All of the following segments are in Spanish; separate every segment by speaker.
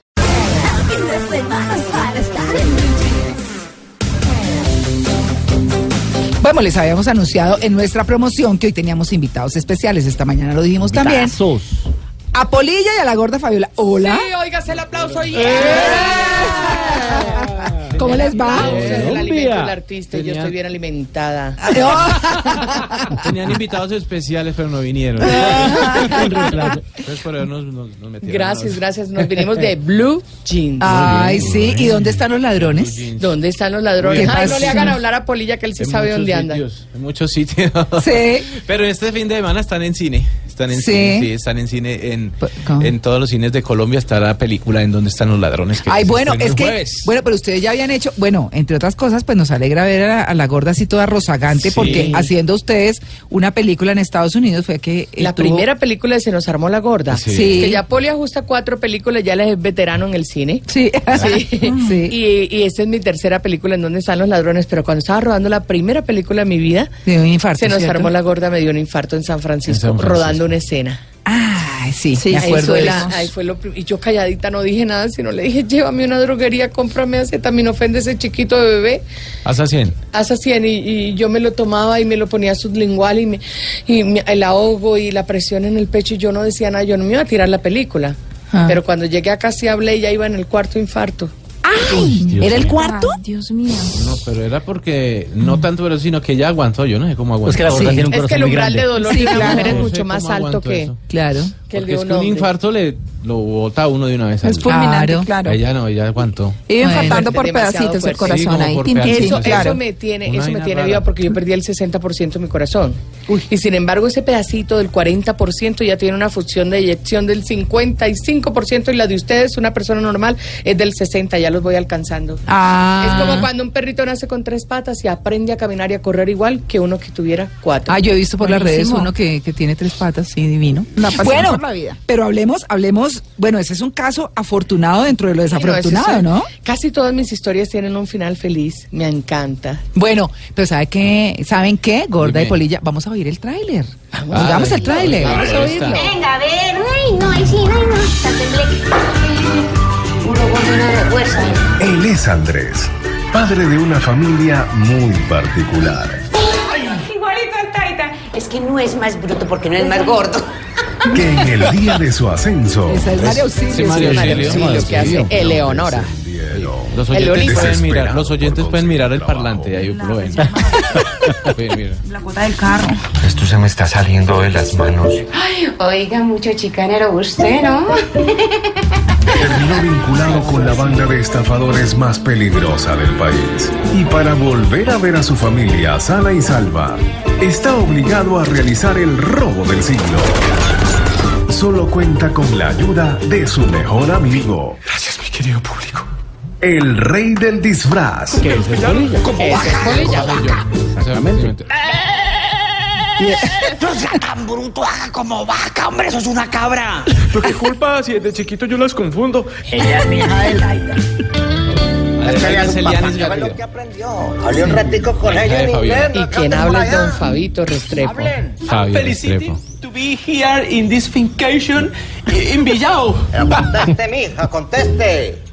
Speaker 1: Fin de semana para estar en mi jeans.
Speaker 2: Bueno, les habíamos anunciado en nuestra promoción que hoy teníamos invitados especiales. Esta mañana lo dijimos también.
Speaker 3: Tazos.
Speaker 2: A Polilla y a la gorda Fabiola. Hola. ¡Eh!
Speaker 4: Sí, óigase el aplauso y
Speaker 3: Eh.
Speaker 2: ¿Cómo les va?
Speaker 4: Aplausos, el
Speaker 3: Colombia. Ah,
Speaker 4: alimento del artista, y yo
Speaker 3: Tenía-
Speaker 4: estoy bien alimentada.
Speaker 3: Tenían invitados especiales, pero no vinieron. Un retraso. Entonces, por eso nos, nos, nos metieron.
Speaker 4: Gracias,
Speaker 3: Nos-
Speaker 4: gracias. Nos vinimos de Blue Jeans.
Speaker 3: Ah.
Speaker 2: Ay, sí. ¿Y dónde están los ladrones?
Speaker 3: jeans.
Speaker 4: ¿Dónde están los ladrones?
Speaker 2: ¿Qué
Speaker 4: Ay, no le
Speaker 2: pasó?
Speaker 4: hagan hablar a Polilla que él sí
Speaker 3: En
Speaker 4: sabe
Speaker 3: muchos
Speaker 4: dónde anda.
Speaker 3: sitios, En muchos sitios.
Speaker 2: Sí.
Speaker 3: Pero este fin de semana están en cine. Están en
Speaker 2: Sí.
Speaker 3: cine. sí, están en cine. En,
Speaker 2: P- ¿cómo?
Speaker 3: en todos los cines de Colombia está la película en donde están los ladrones.
Speaker 2: Ay,
Speaker 3: se
Speaker 2: bueno,
Speaker 3: estrena
Speaker 2: es
Speaker 3: el
Speaker 2: que,
Speaker 3: jueves.
Speaker 2: bueno, pero ustedes ya habían hecho, bueno, entre otras cosas, pues nos alegra ver a, la- a la gorda así toda rozagante,
Speaker 3: Sí.
Speaker 2: porque haciendo ustedes una película en Estados Unidos fue que... eh,
Speaker 4: La
Speaker 2: tuvo-
Speaker 4: primera película de Se nos armó la gorda.
Speaker 3: Sí.
Speaker 2: Sí.
Speaker 4: Que ya Poli ajusta cuatro películas, ya él es veterano en el cine.
Speaker 2: Sí.
Speaker 3: Ah.
Speaker 4: Sí.
Speaker 2: Sí.
Speaker 4: Y, y esta es mi tercera película en donde están los ladrones, pero cuando estaba rodando la primera película de mi vida,
Speaker 2: De un infarto,
Speaker 4: se nos
Speaker 2: ¿cierto?
Speaker 4: armó la gorda, me dio un infarto en San Francisco,
Speaker 3: En San Francisco.
Speaker 4: rodando una escena.
Speaker 2: Ay, Ah, sí,
Speaker 4: Sí,
Speaker 2: me acuerdo de
Speaker 4: ahí fue,
Speaker 2: eso.
Speaker 4: la- ahí fue lo prim- y yo calladita no dije nada, sino le dije, llévame a una droguería, cómprame acetaminofén de ese chiquito de bebé,
Speaker 3: Hasta 100.
Speaker 4: hasta 100, y, y yo me lo tomaba y me lo ponía sublingual y, me, y me- el ahogo y la presión en el pecho y yo no decía nada, yo no me iba a tirar la película.
Speaker 2: Ah.
Speaker 4: Pero cuando llegué acá sí hablé y ya iba en el cuarto infarto.
Speaker 3: Dios
Speaker 2: ¿Era el
Speaker 3: mío.
Speaker 2: cuarto?
Speaker 5: Ay, Dios mío.
Speaker 3: No, pero era porque, no tanto, pero sino que ella aguantó. Yo no sé cómo aguantó.
Speaker 6: Es que la gorda
Speaker 2: Sí.
Speaker 6: tiene un
Speaker 4: Es que
Speaker 6: corazón
Speaker 4: el
Speaker 6: muy
Speaker 4: umbral
Speaker 6: grande.
Speaker 4: de dolor de una
Speaker 2: claro.
Speaker 4: mujer es
Speaker 3: No sé
Speaker 4: mucho más
Speaker 3: cómo
Speaker 4: alto
Speaker 3: aguantó
Speaker 4: que,
Speaker 3: eso.
Speaker 2: Claro.
Speaker 4: que el
Speaker 3: Porque
Speaker 4: de
Speaker 3: es
Speaker 4: un
Speaker 3: que un
Speaker 4: hombre.
Speaker 3: infarto le lo bota a uno de una vez. al
Speaker 5: Es
Speaker 3: otro.
Speaker 5: fulminante,
Speaker 2: Claro.
Speaker 5: claro.
Speaker 3: Ella no, ella aguantó.
Speaker 5: Iba
Speaker 2: Bueno.
Speaker 5: infartando por
Speaker 4: Demasiado
Speaker 5: pedacitos el
Speaker 4: fuerte.
Speaker 3: Sí,
Speaker 5: corazón
Speaker 3: como
Speaker 5: ahí.
Speaker 3: por
Speaker 5: Tin, tin,
Speaker 3: pedacitos,
Speaker 5: tin,
Speaker 4: Eso,
Speaker 5: claro.
Speaker 4: eso me tiene,
Speaker 3: Una
Speaker 4: eso me
Speaker 3: vaina
Speaker 4: tiene
Speaker 3: rara.
Speaker 4: viva porque yo perdí el 60% de mi corazón. Y sin embargo, ese pedacito del 40% ya tiene una función de eyección del 55% y la de ustedes, una persona normal, es del 60%, ya los voy alcanzando.
Speaker 2: Ah.
Speaker 4: Es como cuando un perrito nace con tres patas y aprende a caminar y a correr igual que uno que tuviera cuatro.
Speaker 2: Ah, yo he visto por las
Speaker 5: Buenísimo.
Speaker 2: redes uno que, que tiene tres patas, sí, divino.
Speaker 5: La
Speaker 4: pues,
Speaker 5: pasión
Speaker 2: bueno,
Speaker 5: por la vida.
Speaker 2: pero hablemos, hablemos, bueno, ese es un caso afortunado dentro de lo
Speaker 4: Sí, no, eso es-
Speaker 2: desafortunado, ¿no?
Speaker 4: Casi todas mis historias tienen un final feliz. Me encanta.
Speaker 2: Bueno, pero ¿sabe qué? ¿saben qué? Gorda
Speaker 3: Dime.
Speaker 2: y Polilla, vamos a oír el tráiler.
Speaker 3: Vamos.
Speaker 2: Vamos
Speaker 3: Ay,
Speaker 2: al tráiler.
Speaker 3: vamos.
Speaker 4: Vamos a
Speaker 3: Ahí está.
Speaker 4: oírlo.
Speaker 7: Venga, a ver. Ay, no, ahí sí, ay, no. Está tembleque. Puro gordo y nada de fuerza.
Speaker 8: Él es Andrés, padre de una familia muy particular.
Speaker 7: Igualito al Taita. Es que no es más bruto porque no es más gordo.
Speaker 8: Que en el día de su ascenso
Speaker 2: Esa es María Auxilio.
Speaker 3: sí, María
Speaker 2: María
Speaker 3: Auxilio.
Speaker 2: Auxilio.
Speaker 4: Sí, lo que hace Eleonora.
Speaker 8: descendieron.
Speaker 3: Los
Speaker 4: El
Speaker 3: oyentes, pueden
Speaker 4: Olimpo.
Speaker 3: mirar,
Speaker 8: Desesperado
Speaker 3: los oyentes
Speaker 8: por
Speaker 3: pueden mirar el
Speaker 8: conseguir
Speaker 3: parlante, ahí lo ven. Sí, mira.
Speaker 9: Esto se me está saliendo de las manos.
Speaker 7: Oiga, mucho chicanero usted, ¿no?
Speaker 8: Terminó vinculado con la banda de estafadores más peligrosa del país. Y para volver a ver a su familia sana y salva, está obligado a realizar el robo del siglo. Solo cuenta con la ayuda de su mejor amigo. Gracias, mi querido público. El rey del disfraz.
Speaker 4: Ese es Polilla.
Speaker 3: Soy yo. Exactamente.
Speaker 6: No sea tan bruto, haga como vaca, hombre, eso es una cabra.
Speaker 10: Pero qué culpa si desde chiquito yo las confundo.
Speaker 6: Ella es mi hija de Laila.
Speaker 3: Adelante, Celianis Gaviria.
Speaker 6: aprendió. Hablé un ratico con
Speaker 3: La hija de Fabiola.
Speaker 4: ¿Y quién habla es don Fabito Restrepo?
Speaker 3: Fabio
Speaker 10: Felicity
Speaker 3: Restrepo.
Speaker 10: to be here in this vacation in Villao.
Speaker 6: Conteste, mija, conteste.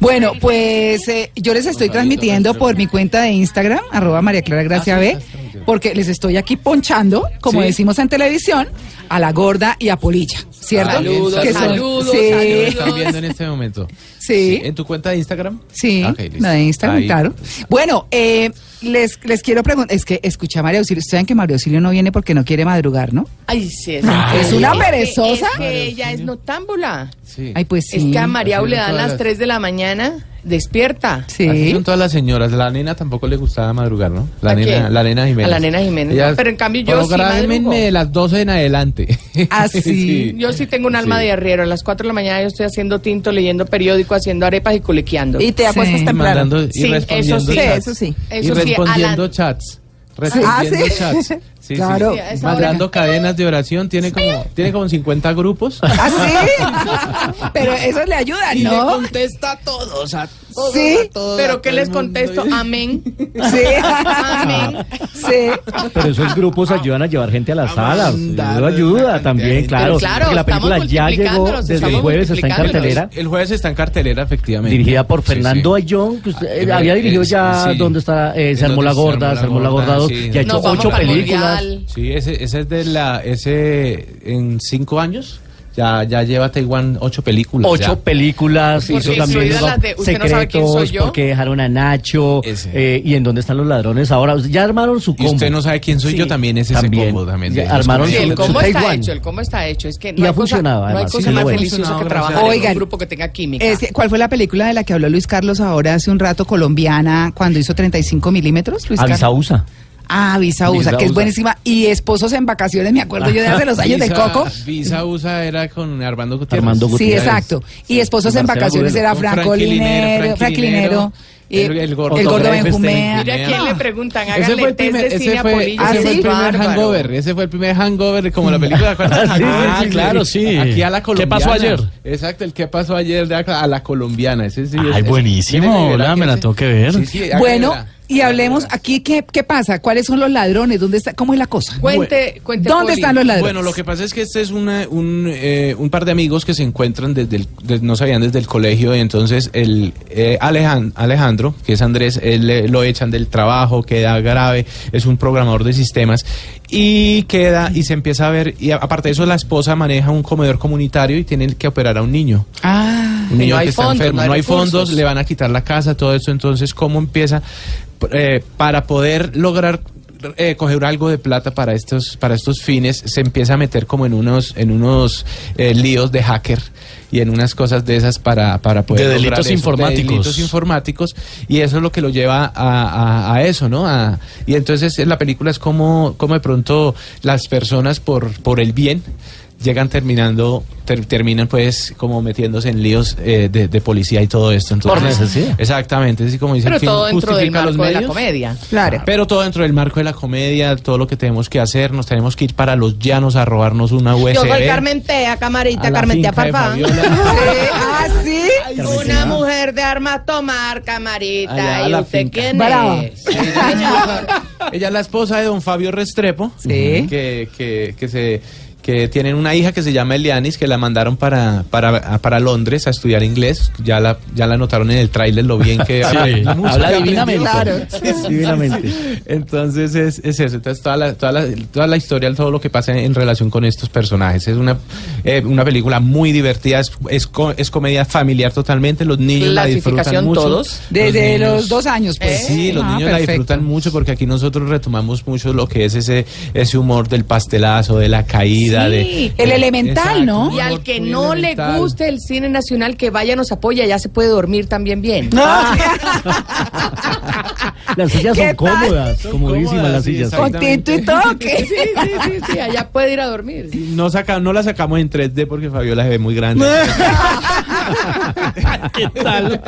Speaker 2: Bueno, pues eh, yo les estoy transmitiendo por mi cuenta de Instagram, arroba María Clara
Speaker 3: Ah,
Speaker 2: Gracia B, porque les estoy aquí ponchando, como
Speaker 3: Sí.
Speaker 2: decimos en televisión, a la gorda y a Polilla, ¿cierto?
Speaker 4: Saludos,
Speaker 2: Que son-
Speaker 4: saludos,
Speaker 2: sí,
Speaker 3: Yo lo
Speaker 4: saludos.
Speaker 3: están viendo en este momento.
Speaker 2: Sí.
Speaker 3: ¿En tu cuenta de Instagram? Ah,
Speaker 2: Sí,
Speaker 3: Ok, listo.
Speaker 2: la de Instagram,
Speaker 3: Ahí.
Speaker 2: claro. Bueno, eh, les, les quiero preguntar, es que escuché a María Auxilio, ustedes saben que María Auxilio no viene porque no quiere madrugar, ¿no?
Speaker 4: Ay, sí, es,
Speaker 2: Ah. Es una perezosa.
Speaker 4: Es que ella es notámbula.
Speaker 3: Sí.
Speaker 2: Ay, pues sí.
Speaker 4: Es que a Mariau
Speaker 3: Así
Speaker 4: le
Speaker 3: son
Speaker 4: dan
Speaker 3: todas
Speaker 4: las
Speaker 3: las-
Speaker 4: 3 de la mañana, despierta.
Speaker 3: Así
Speaker 2: Sí.
Speaker 3: son todas las señoras. La nena tampoco le gustaba madrugar, ¿no? La
Speaker 4: ¿A
Speaker 3: nena,
Speaker 4: quién?
Speaker 3: la nena Jiménez.
Speaker 4: A la nena Jiménez,
Speaker 3: Ella-
Speaker 4: no, pero en cambio yo sí
Speaker 3: Prográmenme
Speaker 4: madrugo.
Speaker 3: de las 12 en
Speaker 5: bastante.
Speaker 4: Así. Yo sí tengo un alma de arriero. A las 4 de la mañana yo estoy haciendo tinto, leyendo periódico, haciendo arepas y culiqueando.
Speaker 11: Y te acuestas
Speaker 4: Sí.
Speaker 11: temprano.
Speaker 4: Mandando- y
Speaker 11: sí, eso
Speaker 4: respondiendo
Speaker 11: sí,
Speaker 4: chats.
Speaker 11: eso sí.
Speaker 4: Eso
Speaker 3: y
Speaker 4: sí,
Speaker 3: respondiendo chats.
Speaker 11: Ah,
Speaker 3: Respondiendo
Speaker 11: ¿sí?
Speaker 3: chats. Sí, sí.
Speaker 11: Claro. Sí, a esa
Speaker 3: Mandando cadenas de oración. Tiene como, tiene como 50 grupos.
Speaker 2: ¿Ah, sí? Pero eso le ayuda,
Speaker 3: Y le
Speaker 2: ¿no?
Speaker 3: contesta a todos, a todos,
Speaker 2: Sí.
Speaker 3: a todos, a
Speaker 4: Pero
Speaker 3: todo
Speaker 4: ¿qué
Speaker 3: el
Speaker 4: les
Speaker 3: mundo.
Speaker 4: contesto? Amén.
Speaker 2: Sí.
Speaker 4: Amén.
Speaker 2: Sí.
Speaker 12: Pero esos grupos ayudan a llevar gente a las salas. Eso ayuda también, claro.
Speaker 3: Pero claro,
Speaker 12: Porque la película
Speaker 3: estamos
Speaker 12: ya llegó
Speaker 3: multiplicándolos,
Speaker 12: desde el
Speaker 3: estamos
Speaker 12: jueves, está en cartelera.
Speaker 3: El jueves está en cartelera, efectivamente.
Speaker 12: Dirigida por
Speaker 3: Sí, sí.
Speaker 12: Fernando Ayllón, que usted, eh,
Speaker 3: eh,
Speaker 12: había dirigido
Speaker 3: eh,
Speaker 12: ya
Speaker 3: sí.
Speaker 12: donde está, eh, se armó la gorda, se armó la gorda dos,
Speaker 3: sí.
Speaker 12: ya ha hecho ocho películas.
Speaker 3: Sí, ese, ese es de la, ese en cinco años. Ya, ya lleva Taiwán ocho películas.
Speaker 12: Ocho
Speaker 3: ya.
Speaker 12: películas, hizo
Speaker 3: Porque incluidas
Speaker 12: Ah, también
Speaker 3: las de Usted no sabe quién soy
Speaker 12: Secretos,
Speaker 3: yo.
Speaker 12: porque dejaron a Nacho, eh, y en dónde están los ladrones ahora. O sea, Ya armaron su combo.
Speaker 3: usted no sabe quién soy yo, también es ese combo, también
Speaker 12: Ya
Speaker 3: de-
Speaker 12: armaron
Speaker 4: Sí,
Speaker 12: su,
Speaker 4: el
Speaker 12: su
Speaker 4: cómo está
Speaker 12: Taiwán.
Speaker 4: hecho, el cómo está hecho. Es que
Speaker 12: Y
Speaker 4: no
Speaker 12: ha
Speaker 4: hay cosa,
Speaker 12: funcionado,
Speaker 4: no hay
Speaker 12: además,
Speaker 4: cosa
Speaker 12: sí,
Speaker 4: más
Speaker 12: lo es.
Speaker 4: deliciosa que
Speaker 12: Funcionado,
Speaker 4: trabajar
Speaker 2: gracias a
Speaker 4: en
Speaker 2: Dios.
Speaker 4: un grupo que tenga química.
Speaker 2: Es que, ¿Cuál fue la película de la que habló Luis Carlos ahora hace un rato, colombiana, cuando hizo 35 milímetros? Luis Carlos?
Speaker 12: Avisausa.
Speaker 2: Ah, Visa
Speaker 3: Visa
Speaker 2: USA, que es
Speaker 3: USA.
Speaker 2: buenísima. Y Esposos en Vacaciones, me acuerdo yo de hace los años del
Speaker 3: Visa-
Speaker 2: coco.
Speaker 3: Visa USA era con Armando Gutiérrez.
Speaker 2: Sí, exacto. Y Esposos en
Speaker 3: Marcela
Speaker 2: Vacaciones
Speaker 3: Gudelo.
Speaker 2: era
Speaker 3: Con
Speaker 2: Franco
Speaker 3: Frankie Linero, Frankie
Speaker 2: Linero, Frank Linero. y
Speaker 3: El- el gordo
Speaker 2: el gordo
Speaker 3: Benjumea. Ah,
Speaker 2: Benjumea.
Speaker 4: Mira, ¿quién le preguntan?
Speaker 3: Ese fue
Speaker 4: Háganle
Speaker 3: el
Speaker 4: test
Speaker 3: primer,
Speaker 4: de
Speaker 3: ese
Speaker 4: cine a
Speaker 3: fue,
Speaker 4: Polilla.
Speaker 3: ese
Speaker 4: Ese
Speaker 3: fue el primer
Speaker 4: bárbaro.
Speaker 3: hangover, ese fue el primer hangover como la película, ¿de acuerdo?
Speaker 12: Ah, sí, sí, sí, claro, sí.
Speaker 3: Aquí a la
Speaker 12: ¿Qué
Speaker 3: colombiana.
Speaker 12: pasó ayer?
Speaker 3: Exacto, el qué pasó ayer de acá a la colombiana. Ese sí es-
Speaker 5: Ay,
Speaker 3: es-
Speaker 5: buenísimo.
Speaker 3: tiene que ver
Speaker 5: Hola,
Speaker 3: aquí,
Speaker 5: me la
Speaker 3: sí.
Speaker 5: tengo que ver.
Speaker 3: Sí, sí, hágale
Speaker 2: Bueno,
Speaker 3: verá.
Speaker 2: y hablemos aquí, ¿qué, ¿qué pasa? ¿Cuáles son los ladrones? ¿Dónde está? ¿Cómo es la cosa?
Speaker 4: Cuente, cuente.
Speaker 2: ¿Dónde
Speaker 4: Poli.
Speaker 2: están los ladrones?
Speaker 3: Bueno, lo que pasa es que este es una- un, eh, un par de amigos que se encuentran desde el, de- no sabían desde el colegio y entonces el eh, Alejan- Alejandro, que es Andrés, él, eh, lo echan del trabajo, queda grave, es un programador de sistemas y queda y se empieza a ver y a- aparte de eso la esposa maneja un comedor comunitario y tienen que operar a un niño.
Speaker 2: Ah,
Speaker 3: Un
Speaker 4: Y
Speaker 3: niño
Speaker 4: no hay
Speaker 3: que está
Speaker 4: fondos,
Speaker 3: enfermo,
Speaker 4: no hay
Speaker 3: no hay fondos,
Speaker 4: recursos.
Speaker 3: le van a quitar la casa, todo eso. Entonces, ¿cómo empieza Eh, para poder lograr eh, coger algo de plata para estos para estos fines? Se empieza a meter como en unos en unos eh, líos de hacker y en unas cosas de esas para para poder
Speaker 5: De
Speaker 3: lograr
Speaker 5: delitos
Speaker 3: eso,
Speaker 5: informáticos.
Speaker 3: delitos informáticos y eso es lo que lo lleva a, a- a eso, ¿no? A- y entonces eh, la película es como como de pronto las personas por por el bien llegan terminando, ter- terminan pues como metiéndose en líos eh, de, de policía y todo esto. Entonces,
Speaker 12: Por necesidad.
Speaker 3: Exactamente, así como dice
Speaker 4: Pero
Speaker 3: el film,
Speaker 4: todo dentro del
Speaker 3: justifica los
Speaker 4: marco de la
Speaker 3: medios.
Speaker 4: comedia.
Speaker 2: Claro.
Speaker 3: Pero todo dentro del marco de la comedia, todo lo que tenemos que hacer, nos tenemos que ir para los llanos a robarnos una USB.
Speaker 11: Carmentea,
Speaker 3: Pues a
Speaker 11: camarita,
Speaker 3: la finca de Fabiola.
Speaker 2: ¿Ah, sí?
Speaker 11: Una mujer de armas tomar, camarita.
Speaker 3: Allá a la finca.
Speaker 2: Brava.
Speaker 3: Ella es la esposa- ella es la esposa de don Fabio Restrepo,
Speaker 2: Sí.
Speaker 3: que, que, que se que tienen una hija que se llama Elianis, que la mandaron para, para, para Londres a estudiar inglés. Ya la, ya la notaron en el tráiler lo bien que
Speaker 5: Sí.
Speaker 3: mucho
Speaker 12: Habla
Speaker 3: que aprendió.
Speaker 12: divinamente.
Speaker 2: Claro.
Speaker 12: Divinamente.
Speaker 3: Entonces es, es eso, entonces toda la, toda, la, toda la historia, todo lo que pasa en relación con estos personajes. Es una, eh, una película muy divertida, es, es, co- es comedia familiar totalmente, los niños la disfrutan
Speaker 4: Clasificación
Speaker 3: mucho.
Speaker 4: todos.
Speaker 2: Desde los,
Speaker 3: niños-
Speaker 2: dos años, pues.
Speaker 3: Sí, los
Speaker 2: Ah,
Speaker 3: niños la
Speaker 2: perfecto.
Speaker 3: disfrutan mucho porque aquí nosotros retomamos mucho lo que es ese, ese humor del pastelazo, de la caída,
Speaker 2: Sí,
Speaker 3: de
Speaker 2: el elemental, ¿no?
Speaker 4: Y al que
Speaker 3: Muy
Speaker 4: no le
Speaker 3: elemental.
Speaker 4: guste el cine nacional, que vaya, nos apoya, ya se puede dormir también bien. Ah,
Speaker 12: Las sillas
Speaker 2: ¿Qué
Speaker 12: son
Speaker 2: tal?
Speaker 12: cómodas, comodísimas
Speaker 3: cómodas,
Speaker 12: las
Speaker 3: sí,
Speaker 12: sillas.
Speaker 3: exacto.
Speaker 2: Contento y toque.
Speaker 4: Sí, sí, sí, sí, allá puede ir a dormir.
Speaker 3: No, saca, no la sacamos en 3D porque Fabiola se ve muy grande.
Speaker 5: ¿Qué tal?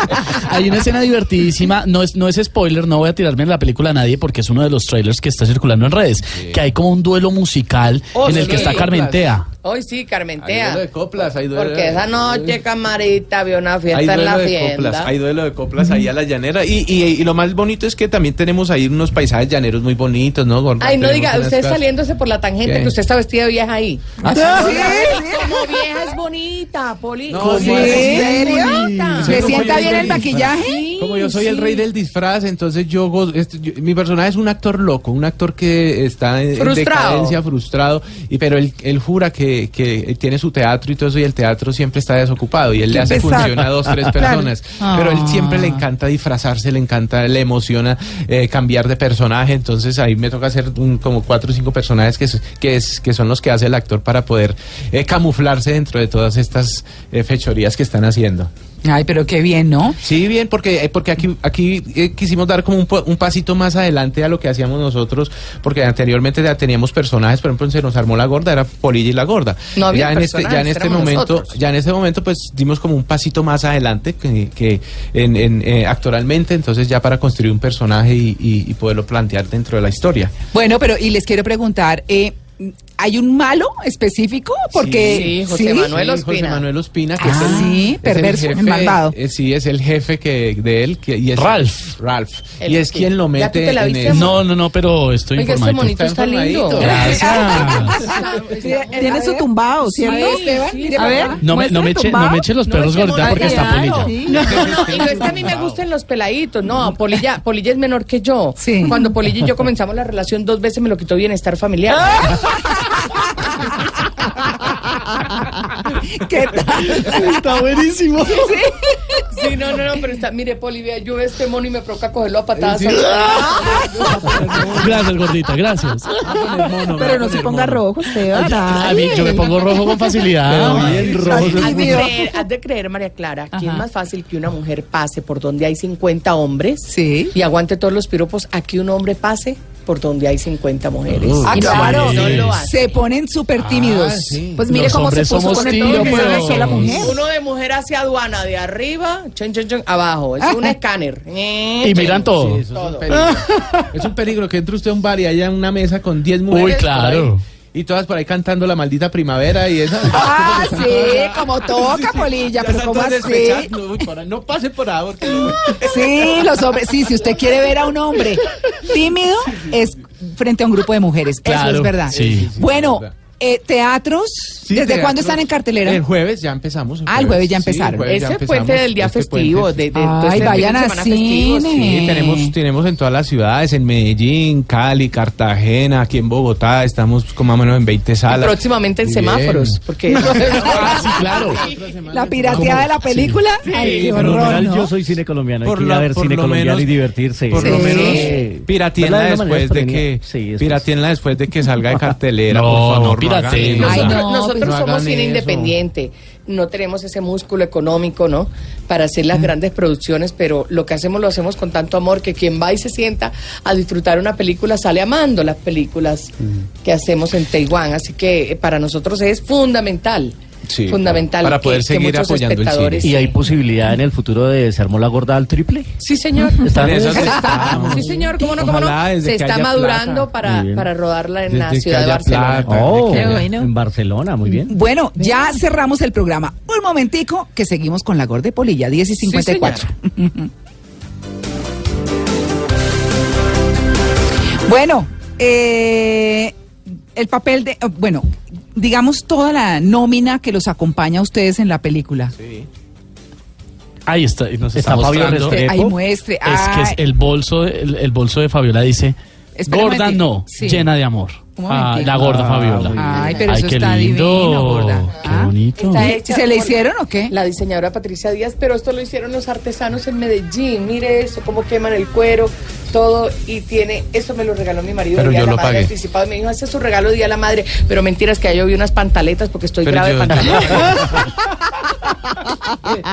Speaker 5: Hay una escena divertidísima, no es, no es spoiler, no voy a tirarme en la película a nadie porque es uno de los trailers que está circulando en redes, que hay como un duelo musical
Speaker 4: Oh,
Speaker 5: en el
Speaker 4: sí.
Speaker 5: que está Carmentea.
Speaker 4: Hoy sí,
Speaker 3: Hay duelo de
Speaker 4: Carmentea.
Speaker 3: coplas, hay duelo
Speaker 4: Porque esa noche, camarita, había una
Speaker 3: Hay
Speaker 4: fiesta en
Speaker 3: duelo
Speaker 4: la
Speaker 3: de coplas,
Speaker 4: tienda.
Speaker 3: hay duelo de coplas ahí a la llanera. Y, y, y lo más bonito es que también tenemos ahí unos paisajes llaneros muy bonitos, ¿no? Gorda?
Speaker 4: Ay, no
Speaker 3: Tenemos
Speaker 4: diga,
Speaker 3: unas
Speaker 4: usted
Speaker 3: cosas-
Speaker 4: saliéndose por la tangente,
Speaker 3: ¿Qué?
Speaker 4: que usted está vestida de vieja ahí.
Speaker 3: Ah,
Speaker 2: ¿Sí?
Speaker 4: Como vieja es bonita, Poli.
Speaker 3: No,
Speaker 4: Como
Speaker 3: ¿sí?
Speaker 4: es
Speaker 2: ¿En
Speaker 4: bonita.
Speaker 2: ¿Le
Speaker 3: Yo no
Speaker 2: sienta
Speaker 3: soy el
Speaker 2: bien
Speaker 3: rey
Speaker 2: el
Speaker 3: del
Speaker 2: maquillaje?
Speaker 3: Como yo soy el rey del disfraz, entonces yo, gozo- esto- yo- mi personaje es un actor loco, un actor que está en, en
Speaker 4: Frustrado.
Speaker 3: decadencia, frustrado, y pero él, él jura que, que él tiene su teatro y todo eso y el teatro siempre está desocupado y él le hace
Speaker 2: pesar.
Speaker 3: función a dos, tres personas, pero él siempre le encanta disfrazarse, le encanta, le emociona eh, cambiar de personaje, entonces ahí me toca hacer un- como cuatro o cinco personajes que, es- que, es, que son los que hace el actor para poder eh, camuflarse dentro de todas estas eh, fechorías que están haciendo.
Speaker 2: Ay, pero qué bien, ¿no?
Speaker 3: Sí, bien, porque, eh, porque aquí, aquí eh, quisimos dar como un, po- un pasito más adelante a lo que hacíamos nosotros, porque anteriormente ya teníamos personajes, por ejemplo, en Se nos armó la gorda, era Polilla y la gorda.
Speaker 4: No
Speaker 3: ya
Speaker 4: había
Speaker 3: en este, ya en
Speaker 4: personajes,
Speaker 3: este
Speaker 4: éramos
Speaker 3: momento,
Speaker 4: nosotros.
Speaker 3: ya en este momento, pues dimos como un pasito más adelante que, que en, en, eh, actualmente, entonces ya para construir un personaje y, y- y poderlo plantear dentro de la historia.
Speaker 2: Bueno, pero y les quiero preguntar, eh, ¿hay un malo específico? Porque
Speaker 4: Sí, José Manuel
Speaker 3: Sí, José
Speaker 4: Ospina.
Speaker 3: Manuel Ospina, que
Speaker 2: Ah,
Speaker 3: es el,
Speaker 2: sí,
Speaker 3: es el
Speaker 2: perverso,
Speaker 3: jefe,
Speaker 2: el malvado.
Speaker 3: eh, sí, es el jefe que, de él. Que, y es
Speaker 5: Ralph.
Speaker 3: Ralph.
Speaker 4: El
Speaker 3: y es
Speaker 4: Ospina.
Speaker 3: quien lo
Speaker 4: ¿Ya tú
Speaker 3: mete
Speaker 4: te la
Speaker 3: en
Speaker 4: viste,
Speaker 3: eso.
Speaker 4: amor?
Speaker 5: No, no, no, pero estoy
Speaker 4: Oiga, este
Speaker 5: informadito.
Speaker 4: monito está lindo.
Speaker 5: Gracias.
Speaker 13: Tiene su tumbado, ¿cierto?
Speaker 4: Sí, Esteban, sí,
Speaker 13: a ver,
Speaker 5: No me, no, me eche, no me eche los perros gorda porque está polilla.
Speaker 4: No, no, y no es que a mí me gustan los peladitos. No, Polilla, Polilla es menor que yo. Cuando Polilla y yo comenzamos la relación dos veces me lo quitó bienestar familiar.
Speaker 2: ¿Qué tal?
Speaker 4: Está buenísimo. Sí, sí. Sí, no, no, no, pero está, mire, Poli, vea, yo veo este mono y me provoca cogerlo a patadas. Ah.
Speaker 5: Gracias, gordita, gracias.
Speaker 13: Pero no se ponga rojo, Esteban.
Speaker 5: A mí, yo me pongo rojo con
Speaker 3: Ah,
Speaker 5: facilidad.
Speaker 4: Has de, creer, has de creer, María Clara, que es más fácil que una mujer pase por donde hay 50 hombres y aguante todos los piropos a que un hombre pase por donde hay 50 mujeres.
Speaker 2: Ah,
Speaker 4: Y no,
Speaker 2: claro,
Speaker 4: no lo hace.
Speaker 2: se ponen súper tímidos.
Speaker 13: Pues mire
Speaker 5: Los
Speaker 13: cómo se
Speaker 5: hombres
Speaker 13: puso
Speaker 5: somos
Speaker 13: con el todo
Speaker 5: tímidos.
Speaker 13: una sola mujer.
Speaker 4: Uno de mujer hacia aduana, de arriba, chon, chon, chon, abajo. Es un escáner. Eh, este
Speaker 5: Y miran todo.
Speaker 3: Sí, eso es un peligro. es un peligro que entre usted a un bar y haya una mesa con 10 mujeres. por
Speaker 5: claro.
Speaker 3: ahí, y todas por ahí cantando la maldita primavera y esa.
Speaker 2: Ah, sí, como toca, Polilla, pero ¿cómo así?
Speaker 3: No, no pase por ahora. porque no-
Speaker 2: Sí, los hombres, sí, si usted quiere ver a un hombre tímido, es frente a un grupo de mujeres. Eso
Speaker 3: Claro,
Speaker 2: es verdad.
Speaker 3: sí, sí, sí,
Speaker 2: bueno,
Speaker 3: es verdad.
Speaker 2: eh, teatros,
Speaker 3: Sí,
Speaker 2: ¿desde
Speaker 3: teatros. Eh,
Speaker 2: cuándo están en cartelera?
Speaker 3: El jueves ya empezamos.
Speaker 2: Ah, el jueves ya
Speaker 3: Sí, el
Speaker 2: empezaron.
Speaker 3: jueves ya
Speaker 4: Ese
Speaker 3: empezamos,
Speaker 4: puente del día
Speaker 3: este
Speaker 4: festivo,
Speaker 3: puente.
Speaker 4: de- de-
Speaker 2: Ay,
Speaker 4: todo este
Speaker 2: vayan
Speaker 4: fin de
Speaker 2: a
Speaker 4: semana festivo, sí.
Speaker 2: cine.
Speaker 3: Sí, tenemos, tenemos en todas las ciudades, en Medellín, Cali, Cartagena, aquí en Bogotá, estamos como más o menos en 20
Speaker 4: Y
Speaker 3: salas.
Speaker 4: próximamente en
Speaker 3: Bien.
Speaker 4: semáforos, porque
Speaker 5: Ah, sí, claro.
Speaker 2: La pirateada de la película. Ay, qué
Speaker 12: Por lo
Speaker 2: horror,
Speaker 12: general,
Speaker 2: ¿no?
Speaker 12: yo soy cine colombiano. Hay
Speaker 3: Por
Speaker 12: que ir
Speaker 3: la-
Speaker 12: a ver
Speaker 3: por
Speaker 12: cine
Speaker 3: lo
Speaker 12: colombiano
Speaker 3: menos-
Speaker 12: y divertirse.
Speaker 3: Por lo
Speaker 2: Sí.
Speaker 3: menos
Speaker 12: Sí.
Speaker 3: piratienla
Speaker 12: Verla de una manera
Speaker 3: después de que
Speaker 12: entretenida. Sí, eso
Speaker 3: piratienla después de que salga de cartelera,
Speaker 5: No,
Speaker 3: por
Speaker 5: no
Speaker 3: favor, no hagan
Speaker 5: pirateen,
Speaker 3: eso.
Speaker 2: Ay, no,
Speaker 4: nosotros
Speaker 2: pues no
Speaker 4: somos
Speaker 3: hagan
Speaker 4: cine
Speaker 3: eso.
Speaker 4: independiente. No tenemos ese músculo económico, ¿no? Para hacer las grandes producciones, pero lo que hacemos lo hacemos con tanto amor que quien va y se sienta a disfrutar una película sale amando las películas
Speaker 3: Mm.
Speaker 4: que hacemos en Taiwán. Así que eh, para nosotros es fundamental.
Speaker 3: Sí,
Speaker 4: fundamental.
Speaker 3: para poder
Speaker 4: que- que
Speaker 3: seguir
Speaker 4: muchos
Speaker 3: apoyando el cine.
Speaker 4: espectadores-
Speaker 12: ¿Y hay posibilidad en el futuro de Se armó la gorda al triple?
Speaker 4: Sí, señor.
Speaker 12: Están-
Speaker 3: En esas
Speaker 12: Sí,
Speaker 3: estamos.
Speaker 4: Sí, señor, cómo no, cómo no.
Speaker 3: Ojalá desde
Speaker 4: Se
Speaker 3: que
Speaker 4: está
Speaker 3: haya
Speaker 4: madurando
Speaker 3: plata.
Speaker 4: para,
Speaker 12: Muy bien.
Speaker 4: para rodarla en la
Speaker 3: Desde que
Speaker 4: ciudad de
Speaker 3: haya
Speaker 4: Barcelona.
Speaker 3: plata.
Speaker 12: Oh,
Speaker 3: Qué
Speaker 13: bueno.
Speaker 12: en Barcelona, muy bien.
Speaker 2: Bueno, ya cerramos el programa. Un momentico que seguimos con la gorda de Polilla, 10 y
Speaker 4: Sí, señora.
Speaker 2: 54. bueno, eh, el papel de, eh, bueno, digamos toda la nómina que los acompaña a ustedes en la película.
Speaker 5: Ahí está, y nos
Speaker 12: Está
Speaker 5: está,
Speaker 12: Fabio
Speaker 5: mostrando.
Speaker 12: Restrepo.
Speaker 2: Ahí muestre.
Speaker 5: Es que es
Speaker 2: ay,
Speaker 5: el bolso, de- el, el bolso de Fabiola dice,
Speaker 2: Espera un
Speaker 5: gorda
Speaker 2: momentico.
Speaker 5: no,
Speaker 2: Sí.
Speaker 5: llena de amor.
Speaker 2: Un
Speaker 5: Ah,
Speaker 2: momentico.
Speaker 5: la gorda
Speaker 12: Ah,
Speaker 5: Fabiola.
Speaker 12: muy bien.
Speaker 2: Ay, pero
Speaker 5: Ay,
Speaker 2: eso
Speaker 5: qué
Speaker 2: está
Speaker 5: lindo.
Speaker 2: divino, gorda.
Speaker 5: Qué
Speaker 2: Ah,
Speaker 5: bonito.
Speaker 4: está
Speaker 2: ¿Y
Speaker 4: hecha
Speaker 2: se le
Speaker 4: por
Speaker 2: hicieron o
Speaker 3: ¿Eh?
Speaker 2: qué?
Speaker 4: La diseñadora Patricia Díaz, pero esto lo hicieron los artesanos en Medellín. Mire eso, cómo queman el cuero, todo. Y tiene, eso me lo regaló mi marido.
Speaker 3: Pero
Speaker 4: el día
Speaker 3: yo
Speaker 4: de la
Speaker 3: lo
Speaker 4: madre
Speaker 3: pagué.
Speaker 4: Anticipado. y Me dijo, ese es su regalo Día de la Madre. Pero mentiras que yo vi unas pantaletas porque estoy
Speaker 3: Pero
Speaker 4: grave de
Speaker 3: yo-
Speaker 4: pantaletas.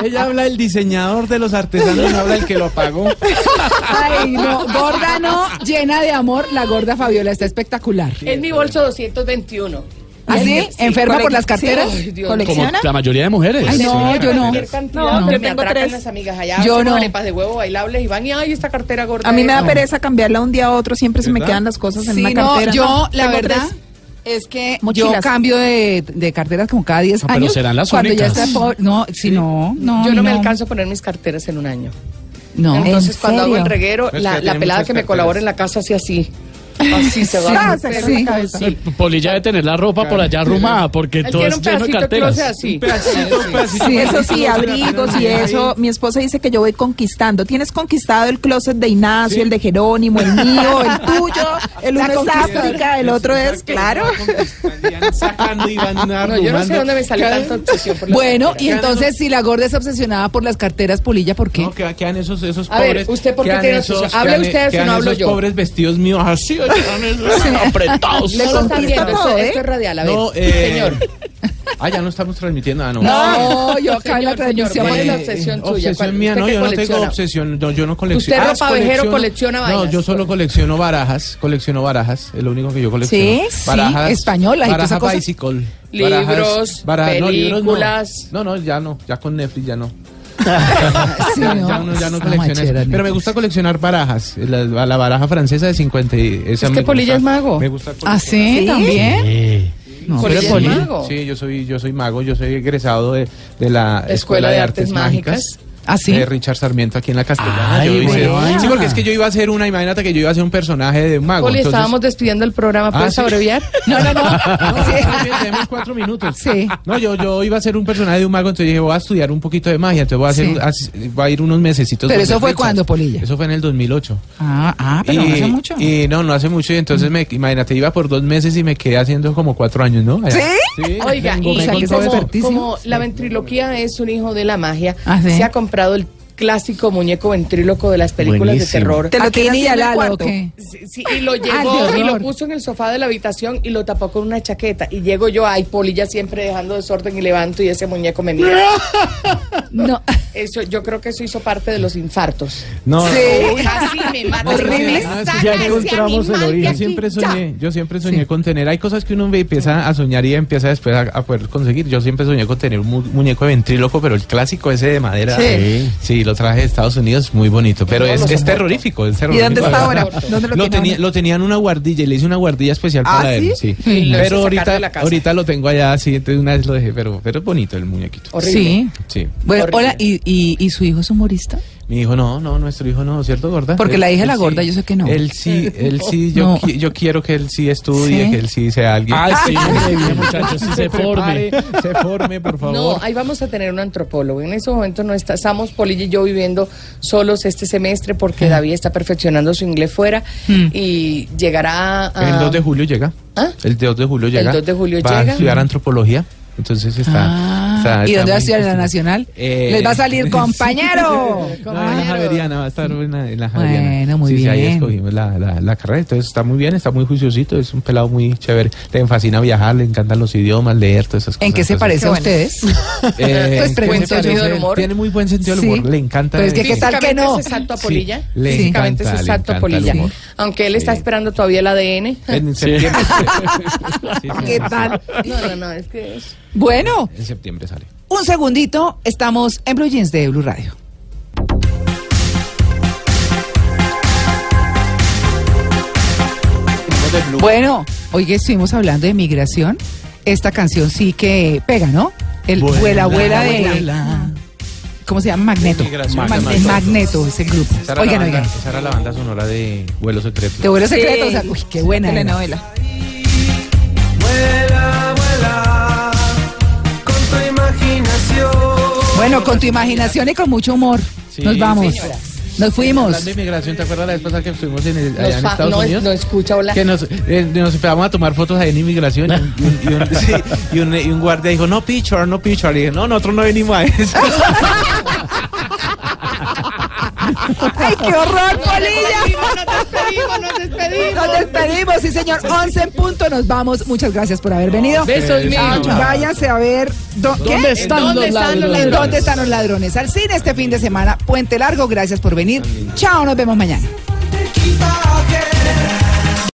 Speaker 3: Ella habla el diseñador de los artesanos, no habla el que lo pagó.
Speaker 4: Pues
Speaker 2: Ay, no, gorda no, llena de amor, la gorda Fabiola está espectacular.
Speaker 4: es mi bolso 221.
Speaker 2: ¿Así? ¿Ah, ¿Enferma por las carteras?
Speaker 4: Sí, ay, Dios.
Speaker 5: Como
Speaker 2: ¿Colecciona?
Speaker 5: la mayoría de mujeres.
Speaker 2: Ay, no, yo no.
Speaker 4: Cualquier cantidad,
Speaker 13: No,
Speaker 4: pero
Speaker 13: yo
Speaker 4: me
Speaker 13: tengo
Speaker 4: atracan
Speaker 13: tres.
Speaker 4: las amigas allá.
Speaker 2: Yo
Speaker 4: Yo
Speaker 2: no.
Speaker 4: no. arepas de huevo bailables y van y, ay, esta cartera gorda.
Speaker 13: A mí
Speaker 4: es".
Speaker 13: me da
Speaker 4: No.
Speaker 13: pereza cambiarla un día a otro, siempre se me
Speaker 3: ¿Verdad?
Speaker 13: quedan las cosas en
Speaker 2: Sí,
Speaker 13: una
Speaker 2: no,
Speaker 13: cartera.
Speaker 2: yo, la
Speaker 13: tengo
Speaker 2: verdad,
Speaker 13: tres.
Speaker 2: es que yo
Speaker 13: Mochilas.
Speaker 2: cambio de, de carteras como cada 10
Speaker 5: Ah, pero
Speaker 2: años.
Speaker 5: serán las
Speaker 2: cuando
Speaker 5: únicas.
Speaker 2: ya está pobre. No, si no, no.
Speaker 4: Yo
Speaker 2: a
Speaker 4: no
Speaker 2: mí
Speaker 4: me alcanzo a poner mis carteras en un año.
Speaker 2: No.
Speaker 4: Entonces,
Speaker 13: ¿En
Speaker 4: cuando hago el
Speaker 13: serio?
Speaker 4: reguero,
Speaker 3: Pues
Speaker 4: la,
Speaker 3: que
Speaker 4: la
Speaker 3: tiene
Speaker 4: pelada
Speaker 3: muchas
Speaker 4: que me
Speaker 3: carteras.
Speaker 4: colabora en la casa hace así. Así se va.
Speaker 13: Ah, se agarra la cabeza.
Speaker 4: Sí.
Speaker 5: Polilla de tener la ropa por allá arrumada, porque
Speaker 4: Él
Speaker 5: todo
Speaker 4: tiene
Speaker 5: es
Speaker 4: un
Speaker 5: lleno de
Speaker 4: pedacito de closet
Speaker 5: carteras.
Speaker 4: así.
Speaker 13: Sí, eso sí, abrigos y eso. Mi esposa dice que yo voy conquistando. Tienes conquistado el closet de Ignacio, el de Jerónimo, el mío, el tuyo. El uno es África, el otro es, claro.
Speaker 3: Sacando y van
Speaker 4: No, yo no sé dónde me salió tanta obsesión por la
Speaker 2: Bueno, y
Speaker 4: cartera.
Speaker 2: entonces si la gorda es obsesionada por las carteras, Polilla, ¿por qué?
Speaker 3: No, que quedan esos, esos
Speaker 4: A ver,
Speaker 3: pobres.
Speaker 4: ¿usted por qué
Speaker 3: quedan
Speaker 4: tiene
Speaker 3: esos-
Speaker 4: obsesión? Hable
Speaker 3: quedan-
Speaker 4: usted de eso,
Speaker 3: quedan
Speaker 4: no hablo
Speaker 3: esos
Speaker 4: yo.
Speaker 3: pobres vestidos míos Ah, así, oye, quedan esos apretados.
Speaker 4: Le están
Speaker 13: conquista
Speaker 4: viendo, esto,
Speaker 13: todo, ¿eh?
Speaker 4: esto es radial, a ver.
Speaker 3: No, eh,
Speaker 4: Señor.
Speaker 3: Ah, ya no estamos transmitiendo. Ah, no.
Speaker 2: No, yo acá en la transmisión.
Speaker 4: ¿Cuál es la
Speaker 3: Eh,
Speaker 4: obsesión
Speaker 3: eh,
Speaker 4: tuya? ¿Cuál-
Speaker 3: Obsesión mía,
Speaker 4: usted
Speaker 3: no,
Speaker 4: qué
Speaker 3: yo no tengo
Speaker 4: colecciona?
Speaker 3: obsesión, no, yo no colecciono. Ah,
Speaker 4: Usted ropa vejero
Speaker 3: colecciono-
Speaker 4: colecciona vainas.
Speaker 3: No, yo solo colecciono barajas, colecciono barajas, es lo único que yo colecciono.
Speaker 2: Sí, sí, españolas y toda esa
Speaker 3: Baraja
Speaker 2: cosa.
Speaker 3: bicycle.
Speaker 4: Libros,
Speaker 3: barajas- baraja- no, libros no.
Speaker 4: películas.
Speaker 3: No, no, ya no, ya con Netflix ya no.
Speaker 2: Sí,
Speaker 3: Ya,
Speaker 2: no,
Speaker 3: ya uno ya no
Speaker 2: no
Speaker 3: colecciona
Speaker 2: manches,
Speaker 3: eso.
Speaker 2: Dani.
Speaker 3: Pero me gusta coleccionar barajas. La, la baraja francesa de 50. y- Esa
Speaker 4: Es
Speaker 3: me
Speaker 4: que Polilla
Speaker 3: gusta.
Speaker 4: es mago.
Speaker 3: Me gusta
Speaker 2: ¿Ah, sí? ¿También? No,
Speaker 4: Polilla
Speaker 3: Sí,
Speaker 4: es mago.
Speaker 3: Sí, yo soy, yo soy mago, yo soy egresado de, de la Escuela, de Artes, Mágicas.
Speaker 2: ¿Ah, sí?
Speaker 3: De Eh, Richard Sarmiento aquí en la Castellana.
Speaker 2: Ay,
Speaker 3: Yo hice-
Speaker 2: buena.
Speaker 3: sí, porque es que yo iba a hacer una, imagínate que yo iba a hacer un personaje de un mago.
Speaker 4: Poli,
Speaker 3: Ah, entonces-
Speaker 4: estábamos despidiendo el programa.
Speaker 3: Ah,
Speaker 4: ¿Puedes
Speaker 3: sí.
Speaker 4: abreviar?
Speaker 2: No, no, no.
Speaker 3: No, está bien, tenemos cuatro minutos.
Speaker 2: Sí.
Speaker 3: No, yo, yo iba a ser un personaje de un mago, entonces dije, voy a estudiar un poquito de magia, entonces voy a, hacer,
Speaker 2: Sí.
Speaker 3: un- as- voy a ir unos mesecitos.
Speaker 2: Pero
Speaker 3: donde
Speaker 2: eso fue
Speaker 3: Richard.
Speaker 2: cuando, Polilla.
Speaker 3: Eso fue en el 2008.
Speaker 2: Ah, ah, pero no hace mucho.
Speaker 3: Y no, no hace mucho. Y entonces, me, imagínate, iba por dos meses y me quedé haciendo como cuatro años, ¿no? Allá. Sí.
Speaker 4: Oiga,
Speaker 3: Tengo-
Speaker 4: y
Speaker 3: tengo
Speaker 4: y
Speaker 3: todo eso.
Speaker 4: como, como la ventriloquía es un hijo de la magia,
Speaker 2: Ah, ¿sí?
Speaker 4: se ha comprado el clásico muñeco ventríloco de las películas
Speaker 12: Buenísimo.
Speaker 4: de terror.
Speaker 13: Te lo
Speaker 2: Aquí
Speaker 13: tiene
Speaker 2: ni
Speaker 13: en
Speaker 2: al
Speaker 13: el
Speaker 2: Lalo, ¿o
Speaker 13: cuarto.
Speaker 2: qué?
Speaker 4: Sí, sí, y lo
Speaker 2: Ay,
Speaker 4: llevó
Speaker 2: qué
Speaker 4: y lo
Speaker 2: horror.
Speaker 4: puso en el sofá de la habitación y lo tapó con una chaqueta. Y llego yo, ay, polilla siempre dejando desorden y levanto y ese muñeco me mira.
Speaker 2: No.
Speaker 4: Eso, yo creo que eso hizo parte de los infartos.
Speaker 3: No,
Speaker 4: Casi me mata.
Speaker 3: Horrible.
Speaker 12: Ah, Ya encontramos el
Speaker 3: Yo
Speaker 12: origen.
Speaker 3: siempre soñé, yo siempre soñé con tener, hay cosas que uno ve- empieza a soñar y empieza después a, a poder conseguir. Yo siempre soñé con tener un mu- muñeco de ventríloco, pero el clásico ese de madera.
Speaker 12: Sí.
Speaker 3: Sí, lo traje de Estados Unidos, muy bonito, pero es, es terrorífico, es
Speaker 13: ¿Y
Speaker 3: terrorífico.
Speaker 13: dónde está ahora? ¿Dónde lo,
Speaker 3: Lo,
Speaker 13: tiene
Speaker 3: tenía,
Speaker 13: ahora?
Speaker 3: lo tenía en una guardilla y le hice una guardilla especial
Speaker 13: ¿Ah,
Speaker 3: para él.
Speaker 13: sí?
Speaker 3: Sí.
Speaker 4: Y lo hice
Speaker 3: Pero
Speaker 4: sacar de la
Speaker 3: ahorita,
Speaker 4: casa.
Speaker 3: ahorita lo tengo allá, así, entonces una vez lo dejé, pero, pero es bonito el muñequito.
Speaker 4: Horrible.
Speaker 2: Sí.
Speaker 3: Sí.
Speaker 2: Bueno,
Speaker 4: Horrible.
Speaker 2: hola, ¿y, y, y su hijo es humorista?
Speaker 3: Mi hijo no, no, nuestro hijo no, ¿cierto, gorda?
Speaker 2: Porque
Speaker 3: Él-
Speaker 2: la hija de
Speaker 3: él
Speaker 2: la
Speaker 3: sí.
Speaker 2: gorda, yo sé que no.
Speaker 3: Él sí, él sí, yo,
Speaker 2: No.
Speaker 3: qui- yo quiero que él sí estudie,
Speaker 2: ¿Sí?
Speaker 3: que él sí sea alguien.
Speaker 5: Ay, sí, hombre, bien, muchachos, sí se forme.
Speaker 3: prepare, se forme, por favor.
Speaker 4: No, ahí vamos a tener un antropólogo. En ese momento no está, estamos Polilla y yo viviendo solos este semestre
Speaker 3: Mm.
Speaker 4: porque David está perfeccionando su inglés fuera
Speaker 2: Mm.
Speaker 4: y llegará a...
Speaker 3: el 2 de julio llega.
Speaker 4: ¿Ah?
Speaker 3: El 2 de julio llega.
Speaker 4: 2 de julio
Speaker 3: va
Speaker 4: llega.
Speaker 3: a estudiar antropología. Entonces está.
Speaker 2: Ah,
Speaker 3: está-
Speaker 2: ¿Y
Speaker 3: está
Speaker 2: dónde va
Speaker 3: muy
Speaker 2: a estudiar en la
Speaker 3: interesante.
Speaker 2: nacional?
Speaker 3: Eh,
Speaker 2: Les va a salir compañero.
Speaker 3: No, en la Javeriana, va a estar en la, en la Javeriana.
Speaker 2: Bueno, muy
Speaker 3: Sí, sí, ahí
Speaker 2: bien.
Speaker 3: escogimos la, la, la carrera. Entonces está muy bien, está muy juiciosito. Es un pelado muy chévere. Le fascina viajar, le encantan los idiomas, leer, todas esas cosas.
Speaker 2: ¿En qué se
Speaker 3: Entonces,
Speaker 2: parece a
Speaker 13: bueno.
Speaker 2: ustedes?
Speaker 3: Eh,
Speaker 2: Pues pregunto
Speaker 3: ¿qué se
Speaker 2: yo.
Speaker 3: parece?
Speaker 4: del humor.
Speaker 3: Tiene muy buen sentido del
Speaker 2: Sí.
Speaker 3: humor. Le encanta.
Speaker 2: Pero es que
Speaker 3: el-
Speaker 2: ¿qué tal que no?
Speaker 4: Físicamente es exacto a
Speaker 3: Sí,
Speaker 4: Polilla.
Speaker 3: le encanta,
Speaker 4: Físicamente es
Speaker 3: le
Speaker 4: exacto a
Speaker 3: encanta el
Speaker 4: Polilla.
Speaker 3: humor.
Speaker 4: Aunque él está
Speaker 3: Sí.
Speaker 4: esperando todavía el ADN.
Speaker 3: En septiembre. Sí, sí,
Speaker 2: ¿Qué
Speaker 3: sí.
Speaker 2: tal?
Speaker 4: No, no, no, es que es...
Speaker 2: Bueno,
Speaker 3: En septiembre sale.
Speaker 2: un segundito, estamos en Blue Jeans de Blue Radio. Bueno, hoy que estuvimos hablando de migración, esta canción sí que pega, ¿no? El vuela, vuela de... ¿Cómo se llama? Magneto.
Speaker 3: De migración.
Speaker 2: Mag- de
Speaker 3: Magneto.
Speaker 2: Magneto es el grupo.
Speaker 3: Esa era,
Speaker 2: Oigan,
Speaker 3: la banda,
Speaker 2: oigan.
Speaker 3: esa era la banda sonora de Vuelo Secreto.
Speaker 2: Te vuelo secreto, o sea,
Speaker 13: Sí.
Speaker 2: uy, qué buena. era.
Speaker 13: Telenovela.
Speaker 2: Bueno, con tu imaginación y con mucho humor.
Speaker 3: Sí,
Speaker 2: Nos vamos.
Speaker 3: señora.
Speaker 2: Nos fuimos.
Speaker 3: Hablando de inmigración, ¿te acuerdas la vez pasada que estuvimos en, el-
Speaker 4: Nos
Speaker 3: allá en
Speaker 4: fa-
Speaker 3: Estados
Speaker 4: no es-
Speaker 3: Unidos?
Speaker 4: no escucha, hola.
Speaker 3: Que nos, eh, nos empezamos a tomar fotos ahí en inmigración y un, y un- sí, y un- y un guardia dijo, no picture, no picture. Y dije, no, nosotros no venimos a eso.
Speaker 2: ¡Ay, qué horror, Polilla!
Speaker 4: Nos despedimos, nos despedimos.
Speaker 2: Nos despedimos, sí, señor. 11 en punto, nos vamos. Muchas gracias por haber venido. Ah,
Speaker 4: Besos míos.
Speaker 2: Váyanse a ver. do- ¿qué?
Speaker 5: ¿Dónde están
Speaker 4: ¿Dónde
Speaker 5: los
Speaker 4: están los
Speaker 5: ladrones?
Speaker 2: ¿En dónde están los ladrones? Al cine este fin de semana. Puente Largo, gracias por venir. Chao, nos vemos mañana.
Speaker 6: Quita que